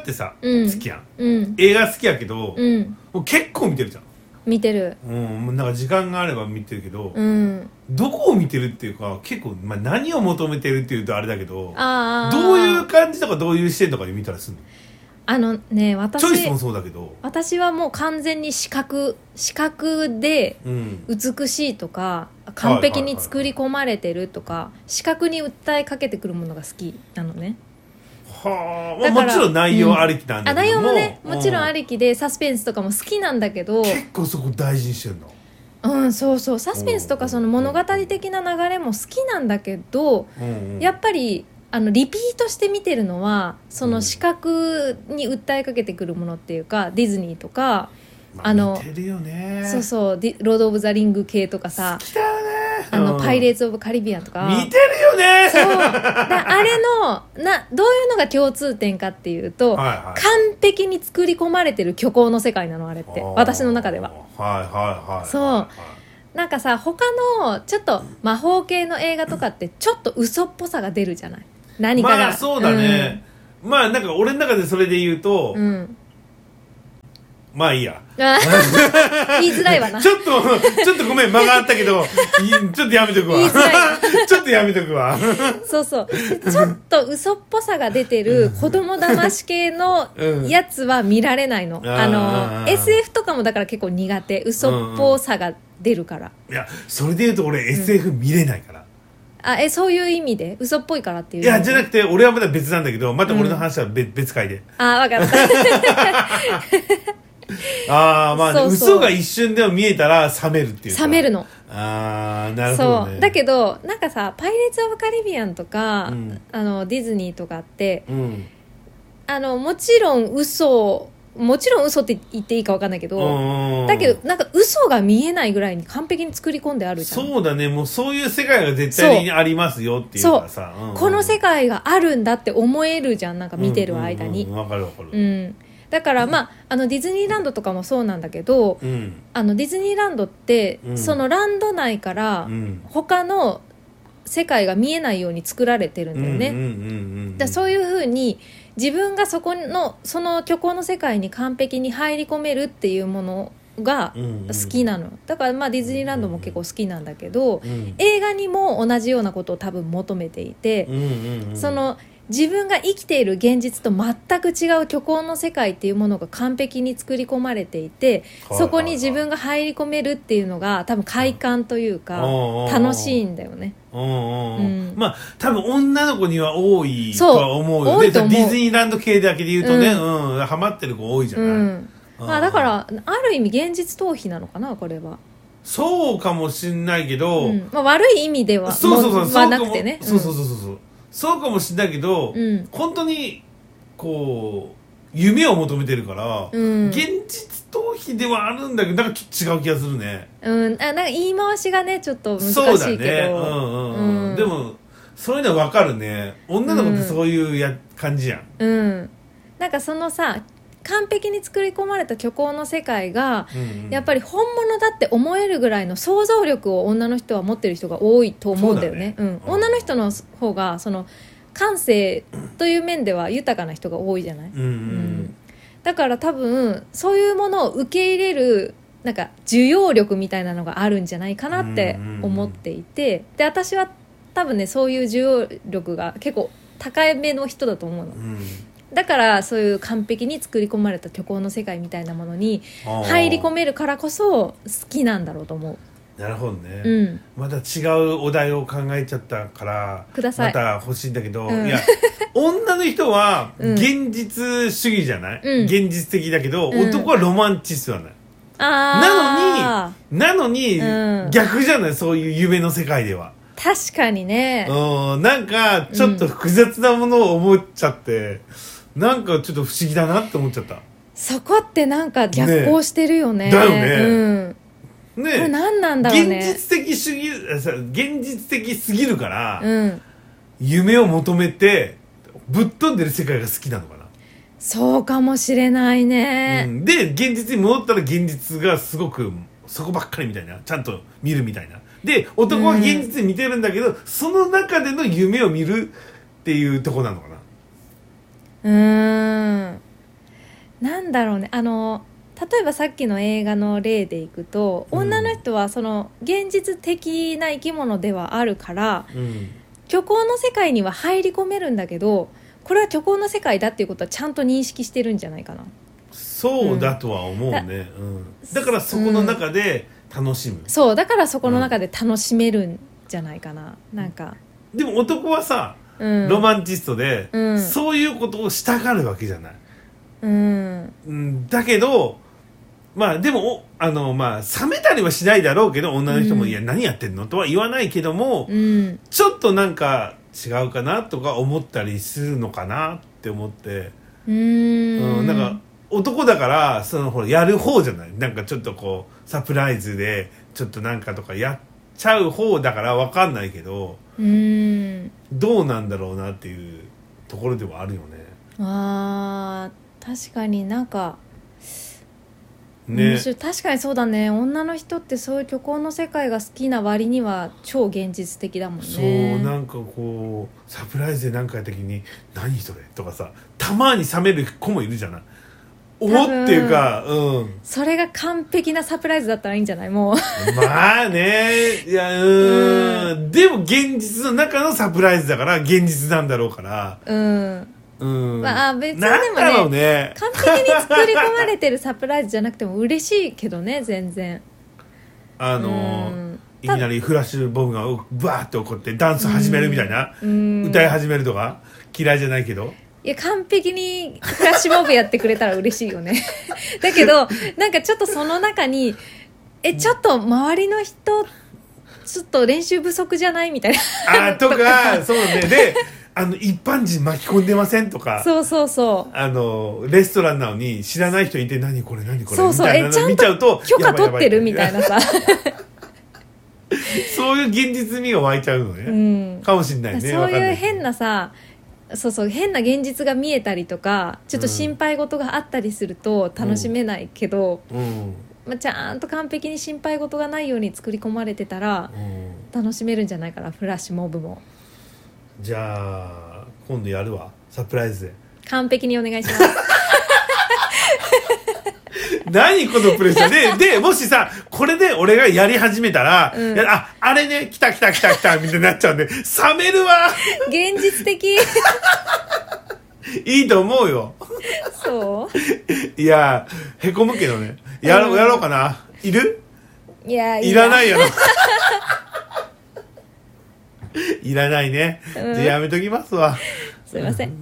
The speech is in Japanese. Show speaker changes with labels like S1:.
S1: ってさ、
S2: うん
S1: 好きやん
S2: うん
S1: 映画好きやけど、
S2: うん
S1: もう結構見てるじゃん
S2: 見てる
S1: うん、もうなんか時間があれば見てるけど、
S2: うん
S1: どこを見てるっていうか結構、まあ、何を求めてるっていうとあれだけど
S2: ああ
S1: どういう感じとかどういう視点とかで見たらすんの
S2: あのね私
S1: チョイスもそうだけど、
S2: 私はもう完全に視覚視覚で
S1: うん、
S2: 美しいとか完璧に作り込まれてるとか、視覚に訴えかけてくるものが好きなのね
S1: はあ、
S2: だ
S1: まあ、
S2: か
S1: も
S2: ら
S1: ちろん内容ありきなん
S2: あ
S1: だ
S2: 内
S1: けど
S2: 容
S1: も、
S2: もねもちろんあ
S1: り
S2: りきでサスペンスとかも好きなんだけど
S1: 結構そこ大事にしてるの
S2: うんそうそうサスペンスとかその物語的な流れも好きなんだけど
S1: うんうん
S2: やっぱりあのリピートして見てるのはその視覚に訴えかけてくるものっていうかディズニーとか
S1: まあ、
S2: あの
S1: 似てるよね
S2: そうそうディロード・オブ・ザ・リング系とかさ
S1: 来たよね
S2: あのパイレーツ・オブ・カリビアンとか
S1: 見てるよね
S2: そうだあれのなどういうのが共通点かっていうと、
S1: はいはい
S2: 完璧に作り込まれてる虚構の世界なのあれって私の中では
S1: はいはいはい
S2: そう
S1: は
S2: なんかさ他のちょっと魔法系の映画とかってちょっと嘘っぽさが出るじゃない
S1: い
S2: 何かが
S1: まあそうだね、まあなんか俺の中でそれで言うと、
S2: うん、うん
S1: まあいいや
S2: あ 言いづらいわな
S1: ちょっとちょっとごめん間があったけ どいちょっとやめとくわ
S2: 言いづら
S1: ちょっとやめとくわ
S2: そうそうでちょっと嘘っぽさが出てる子供だまし系の
S1: うん
S2: やつは見られないの、
S1: ん
S2: あ
S1: あ
S2: の
S1: ー
S2: SF とかもだから結構苦手嘘っぽさが出るから、
S1: いやそれで言うと俺 SF 見れないから、
S2: あえそういう意味で嘘っぽいからっていう
S1: いやじゃな
S2: く
S1: くて俺はまだ別なんだけどまた俺の話は別,、別回で
S2: あわか った
S1: ああまあ、ね、
S2: そうそう
S1: 嘘が一瞬でも見えたら冷めるっていうか
S2: 冷めるの
S1: ああなるほど、
S2: そ
S1: ね、
S2: うだけどなんかさ「パイレーツ・オブ・カリビアン」とか、
S1: うん
S2: あのディズニーとかって
S1: どうん
S2: あのもちろん嘘もちろん嘘って言っていいかわかんないけど、
S1: うん
S2: だけどなんか嘘が見えないぐらいに完璧に作り込んであるじゃん
S1: そうだねもうそういう世界が絶対にありますよっていうかさ、うんうん
S2: この世界があるんだって思えるじゃんなんか見てる間に、
S1: う
S2: うんん
S1: うんうんわ、かるわかる
S2: だからまああのディズニーランドとかもそうなんだけど
S1: うん
S2: あのディズニーランドって、
S1: うん
S2: そのランド内から、
S1: うん
S2: 他の世界が見えないように作られてるんだよね。
S1: うんうんうんうん
S2: だからそういうふうに自分がそこのその虚構の世界に完璧に入り込めるっていうものが好きなの、だからまあディズニーランドも結構好きなんだけど、
S1: うん
S2: 映画にも同じようなことを多分求めていて、
S1: うんうんうん
S2: その自分が生きている現実と全く違う虚構の世界っていうものが完璧に作り込まれていて、
S1: はい
S2: そこに自分が入り込めるっていうのが多分快感というか、
S1: うん
S2: 楽しいんだよね。
S1: うんうんうん
S2: うん
S1: まあ多分女の子には多いと
S2: そう
S1: は思うよ
S2: 多
S1: ね
S2: いと思う
S1: ディズニーランド系だけで言うとねうんハマってる子多いじゃ
S2: う
S1: ない
S2: んまあ、だからある意味現実逃避なのかなこれは、
S1: そうかもしんないけ
S2: う
S1: ど
S2: んまあ、悪い意味では
S1: そうそうそう
S2: も
S1: そ
S2: は
S1: うか
S2: な
S1: も
S2: くてね
S1: そうそう
S2: う
S1: そうそうそうそうかもしんないけど
S2: うん
S1: 本当にこう夢を求めてるから
S2: うん
S1: 現実逃避ではあるんだけどなんかちょっと違う気がするね
S2: ん、うん、あなんか言い回しがねちょっと難し
S1: そうだ
S2: いけ
S1: ねうん
S2: ど
S1: うんう
S2: うんん
S1: でもそういうのは分かるね女の子ってそういうや感じやん
S2: うん、なんかそのさ完璧に作り込まれた虚構の世界がやっぱ
S1: り
S2: り本物だって思えるぐらいの想像力を女の人は持ってる人が多いと思うんだよね
S1: そうだね
S2: うん、女の人の方がその感性という面では豊かな人が多いじゃない、
S1: うんうん
S2: だから多分そういうものを受け入れるなんか需要力みたいなのがあるんじゃないかなって思っていて、で私は多分ねそういう需要力が結構高めの人だと思うの
S1: うん
S2: だからそういう完璧に作り込まれた虚構の世界みたいなものに
S1: あー
S2: 入り込めるからこそ好きなんだろうと思
S1: なるほど
S2: う、
S1: ね
S2: うん、
S1: また違うお題を考えちゃったから
S2: くださ
S1: ま
S2: い
S1: た欲しいんだけど
S2: うん
S1: い や女の人は
S2: うん
S1: 現実主義じゃない
S2: うん
S1: 現実的だけど
S2: うん
S1: 男はロマンチストはないな
S2: ああ
S1: なのに
S2: うん
S1: 逆じゃないそういう夢の世界では
S2: 確かにね
S1: うんなんかちょっと複雑なものを思っちゃって、なんかちょっと不思議だなって思っちゃった
S2: そこってなんか逆行してるよね
S1: ねだよね
S2: うん、これ
S1: ね
S2: 何なんだろう
S1: 現
S2: ね
S1: 実的主義あさ現実的すぎるから、
S2: うん、
S1: 夢を求めてぶっ飛んでる世界が好きなのかな、
S2: そうかもしれないね、
S1: うんで現実に戻ったら現実がすごくそこばっかりみたいなちゃんと見るみたいなで男は現実に見てるんだけど、その中での夢を見るっていうとこなのかな
S2: うーんなんだろうねあの例えばさっきの映画の例でいくと
S1: うん
S2: 女の人はその現実的な生き物ではあるから
S1: うん
S2: 虚構の世界には入り込めるんだけどこれは虚構の世界だっていうことはちゃんと認識してるんじゃないかな
S1: そうだとは思うね、うんだからそこの中で楽しむ、
S2: そうだからそこの中で楽しめるんじゃないかな、なんか、
S1: でも男はさ、
S2: うん、
S1: ロマンチストで、
S2: うん
S1: そういうことをしたがるわけじゃない、
S2: うん
S1: うん、だけどまあでもおあのまあ冷めたりはしないだろうけど女の人も「
S2: うん
S1: いや何やってんの?」とは言わないけども、
S2: うん
S1: ちょっとなんか違うかなとか思ったりするのかなって思って、
S2: うーん
S1: うん、なんか男だからそのほらやる方じゃないなんかちょっとこうサプライズでちょっとなんかとかやっちゃう方だからわかんないけど
S2: うーん
S1: どうなんだろうなっていうところではあるよね。
S2: あー確かになんか、面
S1: ね
S2: 白い確かにそうだね女の人ってそういう虚構の世界が好きな割には超現実的だもんね
S1: そうなんかこうサプライズで何かやった時に「何それ?」とかさたまに冷める子もいるじゃない。お
S2: 分
S1: っていうかうん
S2: それが完璧なサプライズだったらいいんじゃないもう
S1: まあねいやうーんでも現実の中のサプライズだから現実なんだろうから
S2: うん
S1: うん
S2: まあ別にでもね
S1: なんだろうね
S2: 完璧に作り込まれてるサプライズじゃなくても嬉しいけどね全然
S1: あの
S2: う
S1: ー
S2: ん
S1: いきなりフラッシュボムがバーって起こってダンス始めるみたいな
S2: うん
S1: 歌い始めるとか嫌いじゃないけど
S2: いや完璧にフラッシュボブやってくれたら嬉しい よねだけどなんかちょっとその中にえちょっと周りの人ちょっと練習不足じゃないみたい
S1: あーとかそうねであの一般人巻き込んでませんと
S2: な
S1: か
S2: そうそうそう
S1: あのレストランなのに知らない人いて何これ何これ
S2: そうそう
S1: みたい
S2: え
S1: な
S2: ちゃ
S1: の見
S2: ん
S1: ちゃうと
S2: と許可取ってるみたい
S1: な
S2: なさ
S1: そういう現実味が湧いちゃうの
S2: う
S1: ね、
S2: ん
S1: かもしんないね
S2: そう
S1: わかん
S2: い
S1: な
S2: う変なさそうそう変な現実が見えたりとかちょっと心配事があったりすると楽しめないけど、
S1: うん
S2: まあ、ちゃんと完璧に心配事がないように作り込まれてたら
S1: うん
S2: 楽しめるんじゃないかなフラッシュモブも。
S1: じゃあ今度やるわサプライズで
S2: 完璧にお願いします。
S1: 何このプレッシャーででもしさこれで俺がやり始めたら、
S2: うん
S1: やああれね来た来た来た来たみたいになっちゃうんで冷めるわ
S2: 現実的。
S1: いいと思うよ
S2: そ
S1: いやへこむけどねやろ,、う
S2: うん
S1: やろうかないる
S2: う。いや、。
S1: いらないい よないらないね、
S2: うん
S1: じゃあやめときますわ
S2: すいません。